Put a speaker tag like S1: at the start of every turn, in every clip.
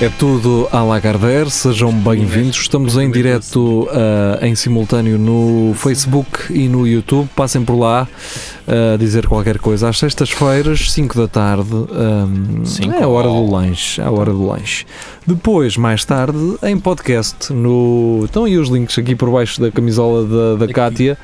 S1: É tudo à Lagardère, sejam bem-vindos. Estamos em direto ah, em simultâneo no Facebook e no YouTube. Passem por lá ah, a dizer qualquer coisa. Às sextas-feiras, 5 da tarde, ahm,
S2: Cinco.
S1: é a hora do lanche. É a hora do lanche. Depois, mais tarde, em podcast, no. Estão aí os links aqui por baixo da camisola da, da Kátia.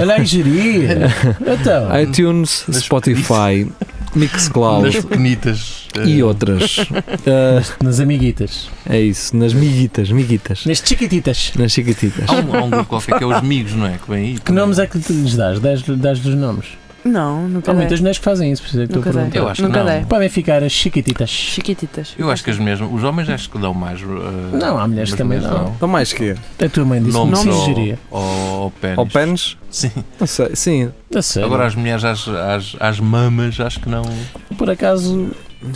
S2: Olha a engenharia. então.
S3: Ah.
S1: iTunes,
S3: Mas
S1: Spotify,
S3: Nas
S1: Mixcloud
S3: pequenitas.
S1: e
S3: eh,
S1: outras. Ah,
S2: Nas amiguitas.
S1: é isso, nas miguitas, miguitas.
S2: Nas chiquititas.
S1: Nas chiquititas.
S3: Há um, há um grupo qualquer que é os amigos, não é? Que vem aí.
S2: Que nomes é que tu lhes dás? Dás-lhes dás nomes?
S4: Não, nunca
S2: Há
S4: dei.
S2: muitas mulheres que fazem isso, por isso é que estou a
S4: Nunca dei.
S2: perguntar.
S3: Eu acho que
S4: nunca
S3: não.
S4: dei.
S2: Podem ficar as chiquititas.
S4: Chiquititas.
S3: Eu acho que as mesmas. Os homens acho que dão mais. eh,
S2: é Não, há mulheres
S3: mas
S2: que também
S3: mulheres
S2: não.
S1: Então mais que
S2: A tua mãe disse
S3: Nomes
S2: que
S3: ao,
S2: sugeria.
S3: ao, ao pênis.
S1: Ao pênis?
S3: Sim.
S1: Não sei, sim.
S2: A sério.
S3: Agora as mulheres às, às, às mamas, acho que não. Tipo,
S2: Por acaso,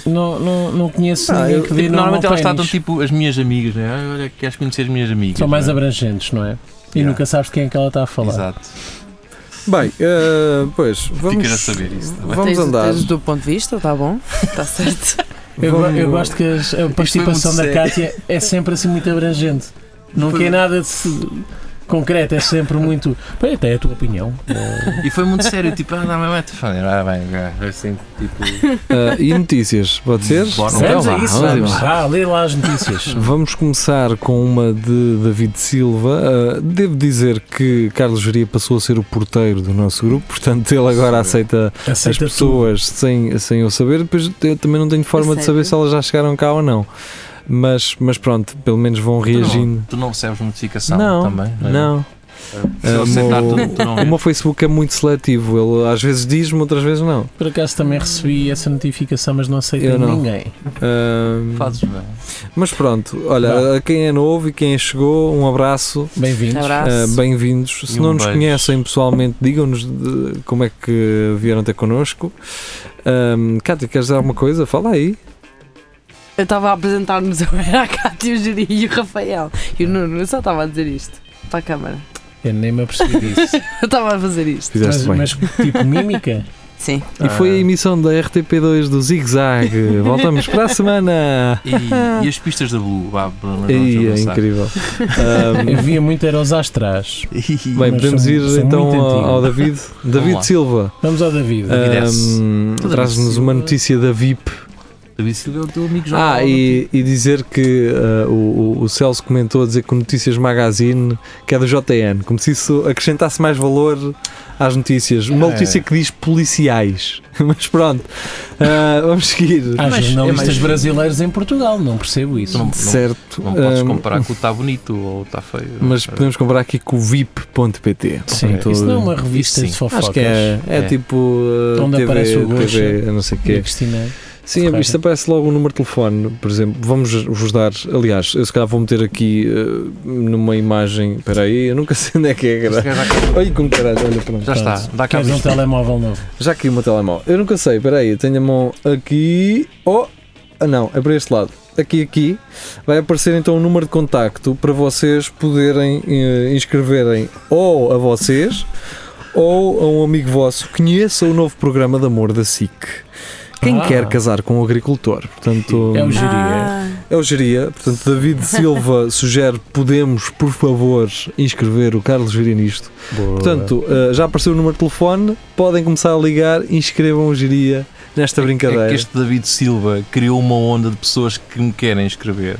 S2: não, não, não conheço
S1: Ah,
S2: ninguém
S1: eu-
S2: que dê
S3: Tipo,
S2: nome ao
S3: normalmente elas tratam
S2: pênis.
S3: tipo as minhas amigas, né? Ah, Olha, queres conhecer as minhas amigas.
S2: São mais
S3: não é?
S2: abrangentes, não é? E
S3: Yeah.
S2: nunca sabes de quem é que ela está a falar.
S3: Exato.
S1: Bem, eh, pois, vamos.
S3: Ficas a saber isso também.
S1: Vamos
S4: Tens-
S1: andar.
S4: tens do ponto de vista, está Tá bom? Está certo.
S2: Eu, go- eu
S1: Vamos-
S2: gosto que as- a participação da
S3: muito
S2: Kátia é sempre assim muito abrangente. Nunca é nada de se- concreto, é sempre muito. Bem, até é a tua opinião.
S3: E foi muito sério, tipo, ah, não, mas vai-te fazer, ah, bem, ah, assim, tipo.
S1: Eh, e notícias, pode ser?
S3: Bora,
S1: Então
S2: Vamos
S1: vá,
S2: a isso,
S1: vamos
S2: vamos.
S1: lá.
S2: Ah, lê lá as notícias.
S1: Vamos começar com uma de David Silva. Eh, devo dizer que Carlos Geria passou a ser o porteiro do nosso grupo, portanto ele agora aceita as
S2: Aceita tudo.
S1: pessoas sem, sem eu saber. Depois eu também não tenho forma de saber
S4: sério?
S1: se elas já chegaram cá ou não. Mas, mas pronto, pelo menos vão
S2: Então
S3: Tu não-
S1: reagindo.
S3: Tu não recebes notificação
S1: Não,
S3: também? é?
S1: não.
S3: Se tá eu
S1: Ah,
S3: aceitar,
S1: mo-
S3: tu, tu não
S1: O meu Facebook é muito seletivo. Ele às vezes diz-me, outras vezes não.
S2: Por acaso também recebi essa notificação, mas não aceitei
S1: Eu não.
S2: ninguém.
S1: Ahm,
S3: fazes bem.
S1: mas pronto, olha, a quem é novo e quem chegou, um abraço.
S2: Bem-vindos.
S4: Abraço.
S1: ah, Bem-vindos. Se
S3: E um
S1: não nos
S3: beijo.
S1: conhecem pessoalmente, digam-nos de- como é que vieram ter connosco. Ahm, Cátia, queres dizer alguma coisa? Fala aí.
S4: Eu estava a apresentar-nos, eu era a Cátia, o Juri e o Rafael. E o Nuno, eu só estava a dizer isto para a câmara.
S2: Eu nem me apercebi disso.
S4: Eu estava a fazer isto.
S1: Fizeste
S2: mas,
S1: bem.
S2: mas tipo mímica?
S4: Sim.
S1: E
S3: Ah.
S1: foi a emissão da RTP2 do Zig Zag. Voltamos para a semana.
S3: E, e as pistas da Blue? Vá, para nós vamos
S1: Ei, é
S3: avançar.
S1: incrível. Ahm,
S2: Eu via muito era os astras.
S1: Bem,
S2: Mas
S1: podemos
S2: são-
S1: ir
S2: são
S1: então
S2: muito
S1: ao, ao
S2: antigos.
S1: David.
S3: lá.
S1: David Silva.
S2: Vamos ao David.
S1: Ah,
S3: David S.
S1: Ahm,
S3: David
S1: Traz-nos
S3: Silva.
S1: uma notícia da VIP.
S3: David Silva é o teu amigo João
S1: Ah,
S3: Paulo.
S1: e, e dizer que ah, o, o- o Celso comentou a dizer que o Notícias Magazine, que é do JN, como se isso acrescentasse mais valor às notícias. Uma
S2: É.
S1: notícia que diz policiais. Mas pronto, ah, vamos seguir.
S2: Há
S3: mas-
S2: jornalistas
S3: é mais-
S2: brasileiros em Portugal, não percebo
S3: Tu
S2: isso.
S3: não, não,
S1: certo.
S3: não podes
S1: ahm,
S3: comparar com o Está Bonito ou o Está Feio.
S1: um, mas
S3: Ah,
S1: podemos comparar aqui com o VIP.pt.
S2: Sim,
S1: Portanto,
S2: isso não é uma revista
S3: sim.
S2: de fofocas.
S1: Acho que é, é
S3: É.
S1: tipo ah,
S2: Onde aparece o
S1: TV,
S2: Gosha.
S1: TV, eu não sei o
S2: E a
S1: quê.
S2: Cristina.
S1: Sim,
S2: Ferreira.
S1: isto aparece logo o número de telefone, por exemplo. Vamos vos dar, aliás, eu se calhar vou meter aqui eh, numa imagem. Espera aí, eu nunca sei onde é que é. Cara.
S3: este gajo já-
S1: Olha como caralho, olha pronto.
S3: Já está, dá cá
S2: Queres um
S3: visto.
S2: telemóvel novo?
S1: Já aqui o meu telemóvel. Eu nunca sei, espera aí, eu tenho a mão aqui. Oh! Ah não, é para este lado. Aqui, aqui. Vai aparecer então um número de contacto para vocês poderem eh, inscreverem ou a vocês ou a um amigo vosso que conheça o novo programa de amor da SIC. Quem
S2: Ah.
S1: quer casar com um agricultor. Portanto,
S2: É o Geria.
S1: é o Geria, portanto, David Silva sugere podemos, por favor, inscrever o Carlos Geria nisto. Portanto, eh, já apareceu o número de telefone, podem começar a ligar, inscrevam o Geria nesta
S3: É
S1: brincadeira.
S3: que este David Silva criou uma onda de pessoas que me querem escrever.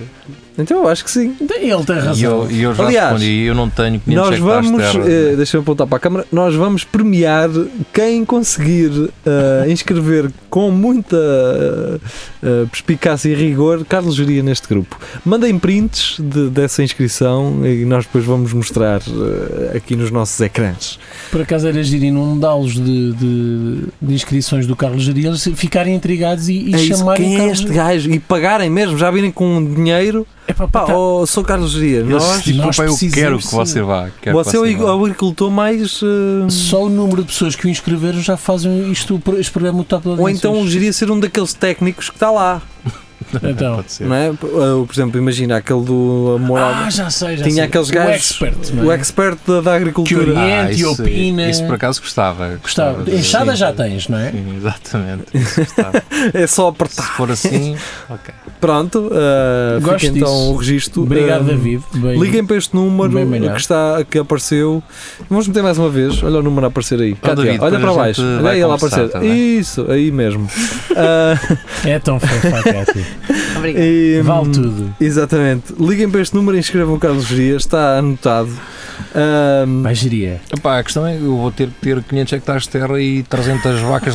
S1: Então, eu acho que sim.
S2: ele tem
S3: E
S2: razão.
S3: eu, e eu já
S1: Aliás,
S3: respondi, eu não tenho 500
S1: Nós
S3: hectares de
S1: vamos,
S3: terra.
S1: eh, deixa-me apontar para a câmara, nós vamos premiar quem conseguir eh, inscrever com muita eh, eh, perspicácia e rigor Carlos Geria neste grupo. Mandem prints de- dessa inscrição e nós depois vamos mostrar eh, aqui nos nossos ecrãs.
S2: Por acaso era giro inundá-los de, de, de inscrições do Carlos Jaria, eles ficarem intrigados e, e
S1: É isso,
S2: chamarem o
S1: quem é
S2: Carlos
S1: este gajo? E pagarem mesmo, já virem com dinheiro.
S2: É
S1: Pá, ó, sou Carlos Dias,
S3: Eles
S1: nós,
S3: tipo,
S2: nós
S3: "Pá, eu quero
S2: precisamos-
S3: que você vá. Quero que
S1: você é o
S3: vá."
S1: agricultor mais. eh,
S2: Só o número de pessoas que o inscreveram já fazem isto, este programa do top de
S1: ou então
S2: audiências.
S1: geria ser um daqueles técnicos que está lá,
S2: Então.
S3: Pode ser.
S1: não é? Eh, Por exemplo, imagina aquele do amor ao-
S2: Ah, já sei, já
S1: Tinha
S2: sei.
S1: aqueles
S2: O
S1: gajos-
S2: expert, não
S1: o
S2: é?
S1: expert da, da agricultura.
S2: Que Oriente e opina.
S3: Ah, Isso por acaso gostava.
S2: Gostava.
S3: de-
S2: Enxada
S3: sim,
S2: já
S3: sim.
S2: tens, não é?
S3: Sim, exatamente. Isso gostava.
S1: É só
S3: Se
S1: apertar.
S3: for assim, ok.
S1: Pronto, eh, fica
S2: Gosto
S1: então
S2: disso.
S1: o registro.
S2: Obrigado,
S1: Eh,
S2: David. Bem-
S1: Liguem para este número
S2: Bem melhor.
S1: que, está, que apareceu. Vamos meter mais uma vez. Olha o número a aparecer aí. Cátia,
S3: David,
S1: olha
S3: depois
S1: para
S3: a
S1: baixo.
S3: gente
S1: Olha
S3: vai
S1: aí ela a
S3: conversar,
S1: aparecer.
S3: tá bem?
S1: Isso, aí mesmo. Ah,
S2: É tão fofa, Cátia.
S4: Ah, Obrigada.
S1: e,
S2: Vale tudo.
S1: Exatamente. Liguem para este número e inscrevam o Carlos Dias. Está anotado. Ah,
S2: Vai geria.
S3: Epá, a questão é que eu vou ter que ter 500 hectares de terra e 300 vacas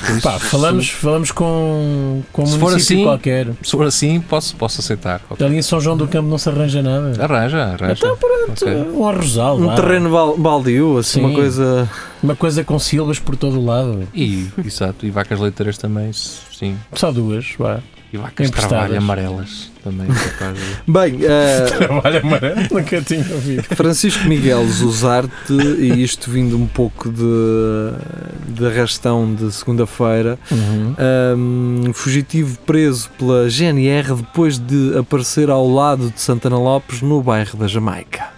S3: Por isso,
S2: Pá, falamos, falamos com, com um município
S3: Se for assim-
S2: qualquer.
S3: Se for assim, posso, posso aceitar. Ok.
S2: Ali Então, em São João do Campo não se arranja nada.
S3: Arranja, arranja.
S2: Então,
S3: pronto.
S2: Um arrozal,
S1: Ah, um
S2: vá.
S1: terreno bal- baldio, assim,
S2: Sim.
S1: uma coisa.
S2: uma coisa com sílabas por todo o lado.
S3: E, exato, e vacas leiteiras também, sim.
S2: Só duas, vá.
S3: E vacas de
S2: Emprestadas.
S3: trabalho amarelas também. capaz de-
S1: Bem, ah,
S2: Trabalho amarelo, nunca tinha ouvido.
S1: Francisco Miguel Zuzarte, e isto vindo um pouco de, de arrastão de segunda-feira,
S2: Uhum.
S1: um fugitivo preso pela GNR depois de aparecer ao lado de Santana Lopes no bairro da Jamaica.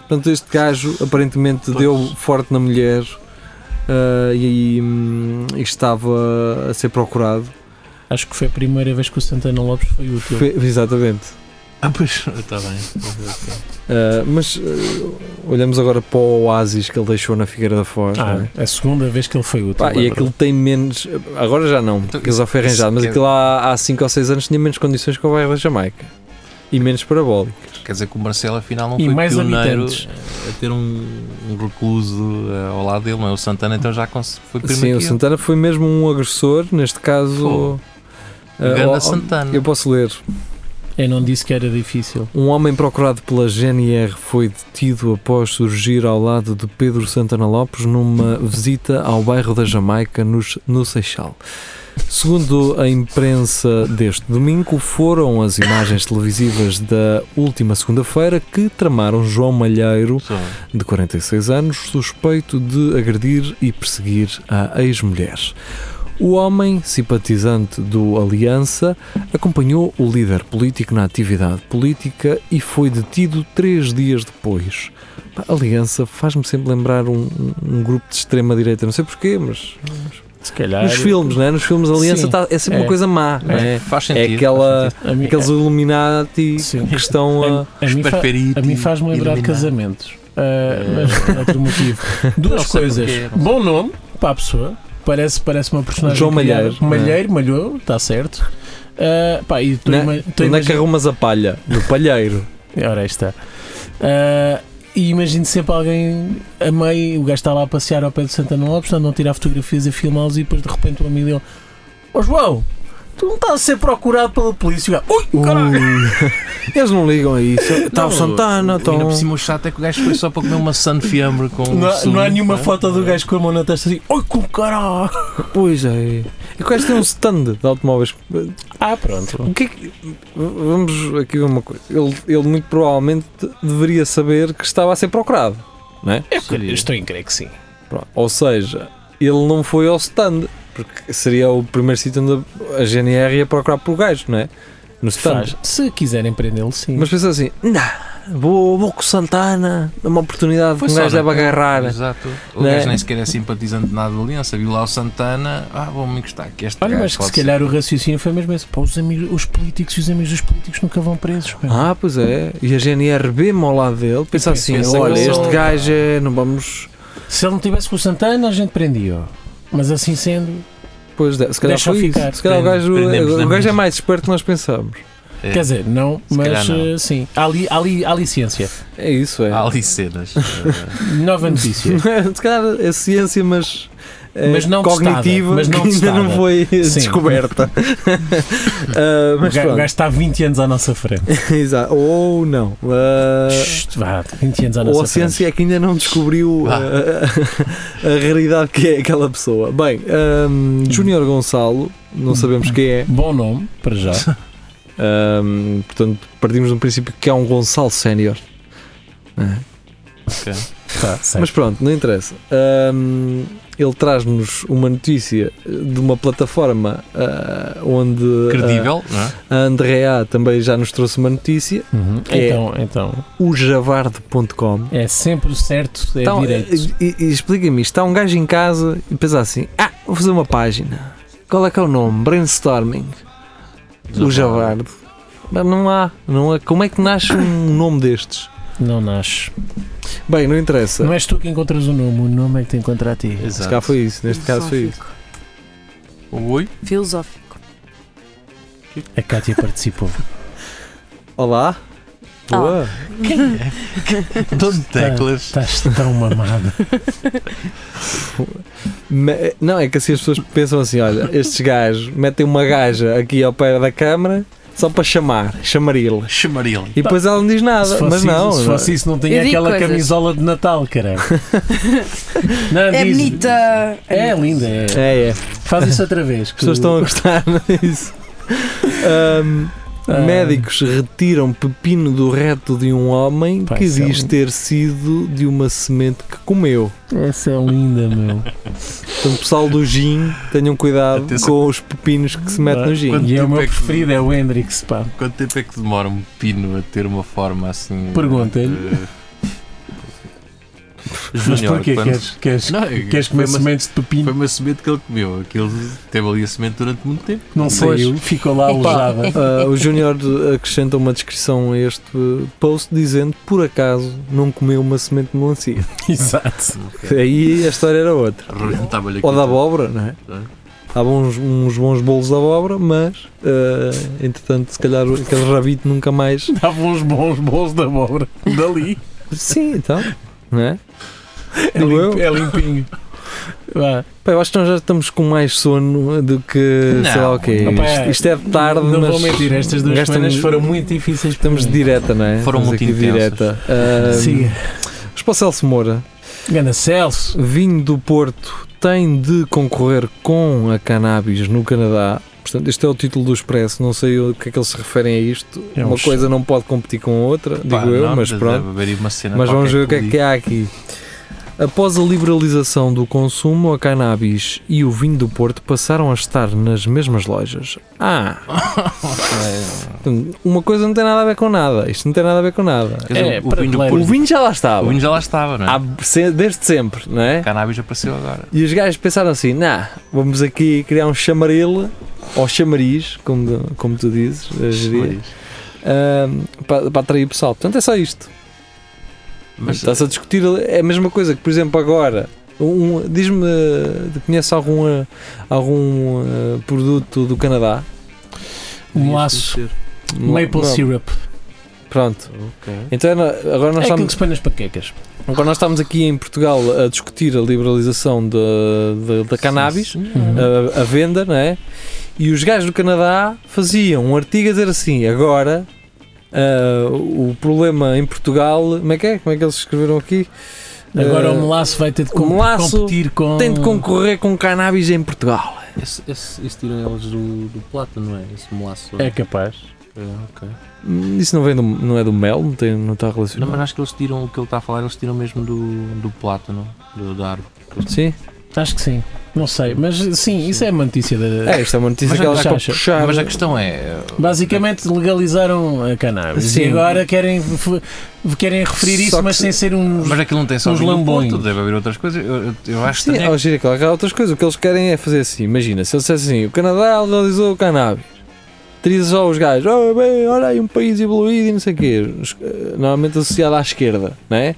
S1: Portanto, este gajo aparentemente deu forte na mulher ah, e, hum, e estava a ser procurado.
S2: Acho que foi a primeira vez que o Santana Lopes foi útil.
S1: Fe- exatamente.
S3: Ah, pois, está bem.
S1: Ah, mas ah, olhamos agora para o oásis que ele deixou na Figueira da Foz. não é?
S2: Ah, a segunda vez que ele foi
S3: é
S2: útil. é
S1: Pá, e
S2: lembro.
S1: aquilo tem menos. Agora já não, porque ele já foi
S3: isso-
S1: arranjado, mas
S3: isso Então, é-
S1: aquilo há 5 ou 6 anos tinha menos condições que o bairro da Jamaica e menos parabólico.
S3: Quer dizer que o Marcelo afinal não
S2: E
S3: foi
S2: mais
S3: pioneiro
S2: habitantes.
S3: a ter um, um recluso eh, ao lado dele, não é? O Santana então já cons- foi
S1: Sim,
S3: primeiro
S1: o
S3: que é. ele.
S1: Santana foi mesmo um agressor, neste caso.
S3: Pô,
S1: ah,
S2: eh,
S3: Ganda
S1: ó-
S3: Santana.
S1: eu posso ler.
S2: Eu não disse que era difícil.
S1: Um homem procurado pela GNR foi detido após surgir ao lado de Pedro Santana Lopes numa visita ao bairro da Jamaica, nos- no Seixal. Segundo a imprensa deste domingo, foram as imagens televisivas da última segunda-feira que tramaram João Malheiro,
S3: Só.
S1: de 46 anos, suspeito de agredir e perseguir a ex-mulher. O homem, simpatizante do Aliança, acompanhou o líder político na atividade política e foi detido três dias depois. Pá, Aliança faz-me sempre lembrar um, um- um grupo de extrema-direita, não sei porquê, mas
S2: Se calhar.
S1: nos filmes, né? nos filmes Aliança
S2: Sim.
S1: tá- é sempre
S2: É.
S1: uma coisa má, não é?
S3: Faz
S1: É
S3: sentido.
S1: aquela,
S2: A mim,
S1: aqueles Illuminati
S2: É. Sim.
S1: que estão a.
S2: a, a mim fa- a mim faz-me lembrar de
S3: casar
S2: casamentos. Ah, mas por outro motivo. Duas
S3: Não sei
S2: coisas.
S3: porquê, não
S2: Bom nome para a pessoa. Parece, parece uma personagem.
S1: João
S2: criada.
S1: Malheiro, não é?
S2: Malheiro, malhou, está certo. Ah, pá, e tu
S1: Não é-
S2: ima- tu
S1: Onde é que
S2: imagina-
S1: arrumas a palha? No palheiro.
S2: Ora, aí está. Ah, e imagino sempre alguém, a mãe, o gajo está lá a passear ao pé de Santana Lopes, portanto, não tirar fotografias a filmá-los e depois de repente o amigo dele, Ó João, tu não estás a ser procurado pela polícia. E o gajo, Ui, caralho!
S1: Ui. Uh, Eles não ligam a isso. Está o Santana,
S2: Então-
S3: E ainda
S1: estão.
S3: por cima o chato é que o gajo foi só para comer uma maçã de fiambre com.
S2: Não, há-
S3: sumo,
S2: não há nenhuma
S3: é?
S2: foto do gajo com a mão na testa assim, oi, com caralho!
S1: Pois é. E quais tem um stand de automóveis?
S2: Ah, pronto.
S1: O que é que- Vamos aqui ver uma coisa. Ele, ele muito provavelmente deveria saber que estava a ser procurado.
S2: Eu, eu estou em crer que sim.
S1: Pronto. Ou seja, ele não foi ao stand. Porque seria o primeiro sítio onde a GNR ia procurar por gajo, não é? No stand.
S2: Faz. Se quiserem prendê-lo, sim.
S1: Mas pensa assim, não, vou, vou com o Santana, é uma oportunidade que
S3: Foi
S1: um
S3: só né?"
S1: gajo
S2: né?
S3: na-
S1: deve agarrar.
S3: Exato. é O
S1: Né?
S3: gajo nem sequer é simpatizante de nada da aliança. Viu lá o Santana. Ah, vou-me encostar aqui. Este
S2: Olha,
S3: gajo
S2: mas que se
S3: pode ser.
S2: calhar o raciocínio foi mesmo esse. Pá, os, amigos, os políticos e os amigos dos políticos nunca vão presos. pá.
S1: Ah, pois é. E a GNR bem ao lado dele, pensa assim:
S3: pensa que
S1: olha,
S3: eles
S1: este
S3: são-
S1: gajo é. Não vamos.
S2: Se ele não tivesse com o Santana, a gente prendia. Mas assim sendo,
S1: Pois de- se calhar
S2: Deixa-o
S1: foi isso.
S2: ficar.
S1: Se calhar o gajo,
S3: Prendemos na
S1: o gajo é
S3: mão.
S1: mais esperto que nós pensamos.
S3: É.
S2: quer dizer, não,
S3: Se
S2: mas
S3: calhar não.
S2: eh, sim. Há, li, há, li- há licença.
S1: É isso, é.
S3: Há ali cenas. eh,
S2: Nova notícia.
S1: se calhar é ciência, mas. é,
S2: Mas não
S1: cognitiva,
S2: testada, mas não
S1: que ainda não
S2: testada.
S1: foi eh,
S2: Sim.
S1: descoberta. Ah,
S2: o,
S1: mas
S2: gajo, o gajo
S1: pronto,
S2: está há 20 anos à nossa frente.
S1: exato. Ou não. Ah,
S2: Shhh, vá, 20 anos à
S1: ou a
S2: nossa frente.
S1: ciência é que ainda não descobriu
S3: Vá.
S1: ah, a, a raridade que é aquela pessoa.
S2: Hum.
S1: Bem, ah, Júnior Gonçalo, não sabemos quem é,
S2: Bom nome, para já.
S1: Ahm, portanto, partimos de um princípio que é um Gonçalo Sénior. Né?
S3: Ok.
S2: Tá, certo.
S1: Mas pronto, não interessa. Ahm, ele traz-nos uma notícia de uma plataforma ah, onde ah,
S3: Credível, não é?
S1: a Andrea também já nos trouxe uma notícia,
S2: Uhum.
S1: É.
S2: Então, então,
S1: o javarde.com.
S2: é sempre o certo, é
S1: Então,
S2: direito.
S1: e- e- explica-me isto. Está um gajo em casa e pensa assim: ah, vou fazer uma página. Qual é que é o nome? Brainstorming. O Javarde. Mas não há, não há. Como é que nasce um nome destes?
S2: Não nasce.
S1: Bem, não interessa.
S2: Não és tu que encontras o nome, o nome é que te encontra a ti.
S1: Se
S3: Exato.
S1: calhar foi isso, neste caso foi isso.
S3: Oi?
S4: Filosófico.
S2: A Cátia participou.
S1: Olá. Boa.
S3: Dono de
S2: Tá,
S3: teclas.
S2: Estás tão mamado.
S1: Me- não, é que assim as pessoas pensam assim: olha, estes gajos metem uma gaja aqui ao pé da câmara só para chamar, chamarila.
S3: Chamaril.
S1: E depois ela não diz
S2: Se
S1: nada,
S2: fosse
S1: mas não.
S2: isso, se
S1: não- é?
S2: fosse isso, não
S4: Eu
S2: tinha
S4: digo
S2: aquela
S4: coisas.
S2: camisola de Natal, caramba. Não,
S4: É
S2: diz-
S4: bonita.
S2: É linda, é.
S1: É, é.
S2: Faz isso outra vez. que-
S1: As pessoas estão a gostar disso. Ahm,
S2: Ah.
S1: Médicos retiram pepino do reto de um homem
S2: Pá,
S1: que
S2: isso é
S1: diz
S2: um-
S1: ter sido de uma semente que comeu.
S2: Essa é linda, meu.
S1: Portanto, pessoal do gin, tenham cuidado
S3: Atenção.
S1: com os pepinos que se metem no gin.
S3: Quando-
S2: E é o meu
S3: Tipo é que-
S2: preferido, é o Hendrix, pá.
S3: Quanto tempo é que demora um pino a ter uma forma assim?
S2: Pergunta-lhe.
S3: eh,
S2: Mas
S3: Júnior,
S2: porquê? é?
S3: quando-
S2: Queres, queres,
S3: Não, eu-
S2: queres
S3: foi
S2: comer
S3: uma-
S2: sementes de
S3: Foi
S2: pepino
S3: uma semente que ele comeu. Aquilo teve ali a semente durante muito tempo.
S2: que não saiu? Ficou lá alojada.
S1: Ah, o Júnior acrescenta uma descrição a este eh, post dizendo por acaso não comeu uma semente de melancia.
S2: Exato.
S1: Aí a história era outra.
S3: Arrebentava-lhe aqui.
S1: Ou da abóbora, não é? Há bons, uns bons bolos de abóbora, mas eh, entretanto, se calhar aquele rabito nunca mais
S2: Dava uns bons bolos da abóbora. Dali.
S1: Sim, então. Não é?
S2: É,
S1: Digo
S2: limpo-
S1: eu.
S2: é limpinho. Vá.
S1: Pá, eu acho que nós já estamos com mais sono do que sei lá o quê.
S3: Não,
S2: pá,
S1: Isto, isto é tarde,
S2: não
S1: mas.
S2: vou mentir, estas duas
S1: gasta-me-
S2: semanas foram muito difíceis. para
S1: Estamos de
S2: mim.
S1: direta, não é?
S3: Foram
S1: estamos
S3: muito
S1: aqui de
S3: intensas.
S1: direta. Ah,
S2: Siga.
S1: Mas para o Celso Moura,
S2: Gana Celso.
S1: vinho do Porto tem de concorrer com a cannabis no Canadá. Portanto, este é o título do Expresso, não sei o que é que eles se referem a isto.
S2: É um
S1: uma
S2: ch-
S1: coisa não pode competir com a outra, digo eu, mas pronto. Mas vamos ver o que é que há aqui. Após a liberalização do consumo, a cannabis e o vinho do Porto passaram a estar nas mesmas lojas. Ah, uma coisa não tem nada a ver com nada. Isto não tem nada a ver com nada.
S3: Quer dizer,
S2: É,
S3: o, vinho do
S2: prateleira.
S1: O
S3: Porto-
S1: vinho já lá estava.
S3: o vinho um já lá estava, não é?
S1: Há se- desde sempre, não é?
S3: A cannabis apareceu agora.
S1: E os gajos pensaram assim: nah, vamos aqui criar um chamarelo ou chamariz, como, como tu dizes, eh, a gerir, ah, para, para atrair o pessoal. Portanto, é só isto.
S3: Mas
S1: Estás a discutir, é a mesma coisa que, por exemplo, agora. Um, Diz-me, eh, conhece algum, eh, algum eh, produto do Canadá?
S2: Um laço. Maple
S1: Não,
S2: syrup.
S1: Pronto. Então era- agora
S2: É
S1: nós,
S2: aquilo
S1: estamos,
S2: que se põe nas paquecas.
S1: agora nós estamos aqui em Portugal a discutir a liberalização da- da- da cannabis,
S3: Uhum.
S1: a, a venda, não é? E os gajos do Canadá faziam um artigo a dizer assim: agora ah, o problema em Portugal, como é que é? Como é que eles escreveram aqui?
S2: Agora
S1: Ah,
S2: o melaço vai ter de
S1: o
S2: com-
S1: melaço
S2: competir com.
S1: Tem de concorrer com cannabis em Portugal.
S3: Esse, esse, esse tiram eles do, do plato, não é? Esse Ah, melaço.
S2: É capaz.
S1: Hum, Isso não, vem do- não é do mel, não, tem, não está
S3: Não, mas
S1: relacionado.
S3: acho que eles tiram o que ele está a falar, eles tiram mesmo do, do plátano, do, da árvore.
S1: Sim?
S2: Acho que sim. Não sei. Mas sim, isso é uma notícia da.
S1: É, isto é uma notícia
S3: Mas
S1: que
S3: a-
S1: ela está a
S2: acha-
S1: puxar.
S3: Mas a questão é.
S2: Basicamente legalizaram a cannabis
S1: Sim.
S2: e agora querem, f- querem referir
S1: Só
S2: isso,
S1: que
S2: mas
S1: se-
S2: sem ser um.
S3: Mas aquilo não tem só
S2: Uns
S3: vinho do
S2: lambões.
S3: Porto, deve haver outras coisas. Eu, eu- eu acho
S1: Sim, é.
S3: é que
S1: ao giro, claro, há outras coisas. O que eles querem é fazer assim. Imagina, se eles dissessem assim: o Canadá legalizou o cannabis. Teria só os gajos, oh, bem, olha aí um país evoluído e não sei o quê. Os- eh, Normalmente associado à esquerda, não é?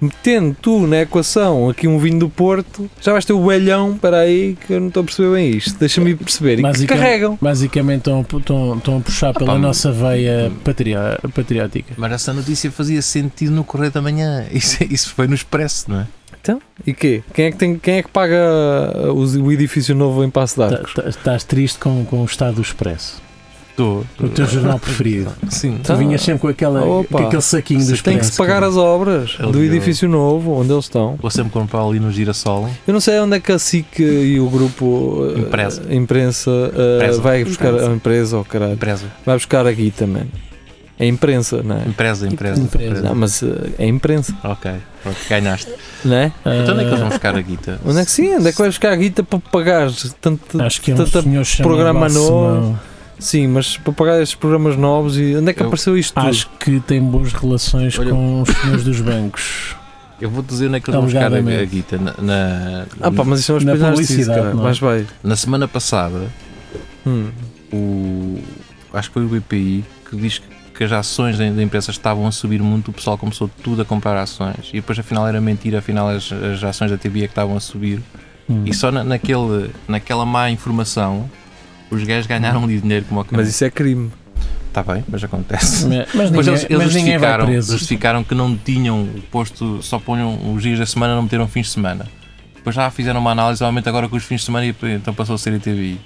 S1: Metendo tu na equação aqui um vinho do Porto, já vais ter o belhão, para aí, que eu não estou a perceber bem isto. Deixa-me ir perceber. E que
S2: Basicamente-
S1: carregam.
S2: Basicamente estão, estão, estão a puxar pela
S3: pá,
S2: nossa veia patria, patriótica.
S3: Mas essa notícia fazia sentido no Correio da Manhã. Isso, isso foi no Expresso, não é?
S1: E quê? Quem é que, tem, quem é que paga ah, os- o edifício novo em Passo de Arcos?
S2: Tá- tá- Estás triste com, com o estado do expresso.
S3: Estou.
S2: O teu jornal preferido.
S3: Sim,
S2: Tu vinhas sempre com, aquela,
S1: Opa.
S2: com aquele saquinho
S3: Sim,
S2: dos
S1: Tem que se
S2: Expresso,
S1: pagar
S2: cara.
S1: as obras
S3: Ele
S1: do
S3: viu.
S1: edifício novo onde eles estão.
S3: Vou sempre comprar ali no Girassol.
S1: Eu não sei onde é que a SIC e o grupo eh,
S3: Imprensa.
S1: imprensa, eh,
S3: Imprensa.
S1: vai buscar
S4: Imprensa.
S1: a empresa ou caralho.
S3: Empresa.
S1: Vai buscar aqui também. É imprensa, não é?
S3: Empresa, empresa.
S2: Empresa.
S1: Não, mas eh, é imprensa,
S3: Ok, pronto, ganhaste.
S1: não é?
S3: Então onde é que eles
S2: Ah,
S3: vão buscar a guita?
S1: Onde é que sim? Onde é que vais buscar a guita para pagar tanto.
S2: Acho que é um
S1: Tanto
S2: senhor chamado
S1: programa
S2: Balsemão.
S1: Sim, mas para pagar estes programas novos e onde é que
S3: Eu
S1: apareceu isto tudo?
S2: Acho que tem boas relações
S3: Olha-
S2: com os senhores dos bancos.
S3: Eu vou dizer onde é que eles vão buscar a, a
S2: Alegadamente.
S3: guita. Na, na,
S1: Ah pá, mas isto é um
S2: Na
S1: espelhar
S2: publicidade,
S1: cara.
S2: não é?
S1: Mas vai.
S3: na semana passada,
S1: Hum.
S3: o, acho que foi o BPI que diz que que as ações da da empresa estavam a subir muito, o pessoal começou tudo a comprar ações e depois afinal era mentira, afinal as, as ações da TBI é que estavam a subir
S2: Hum.
S3: e só na, naquele, naquela má informação os gajos ganharam ali dinheiro como
S1: Mas isso é crime.
S3: Está Tá bem, mas acontece.
S2: Mas, mas
S3: Pois
S2: ninguém,
S3: eles, eles
S2: mas ninguém vai
S3: justificaram,
S2: preso.
S3: justificaram que não tinham posto, só ponham os dias da semana, não meteram fins de semana. Depois já fizeram uma análise, obviamente agora com os fins de semana, e então passou a ser ITBI.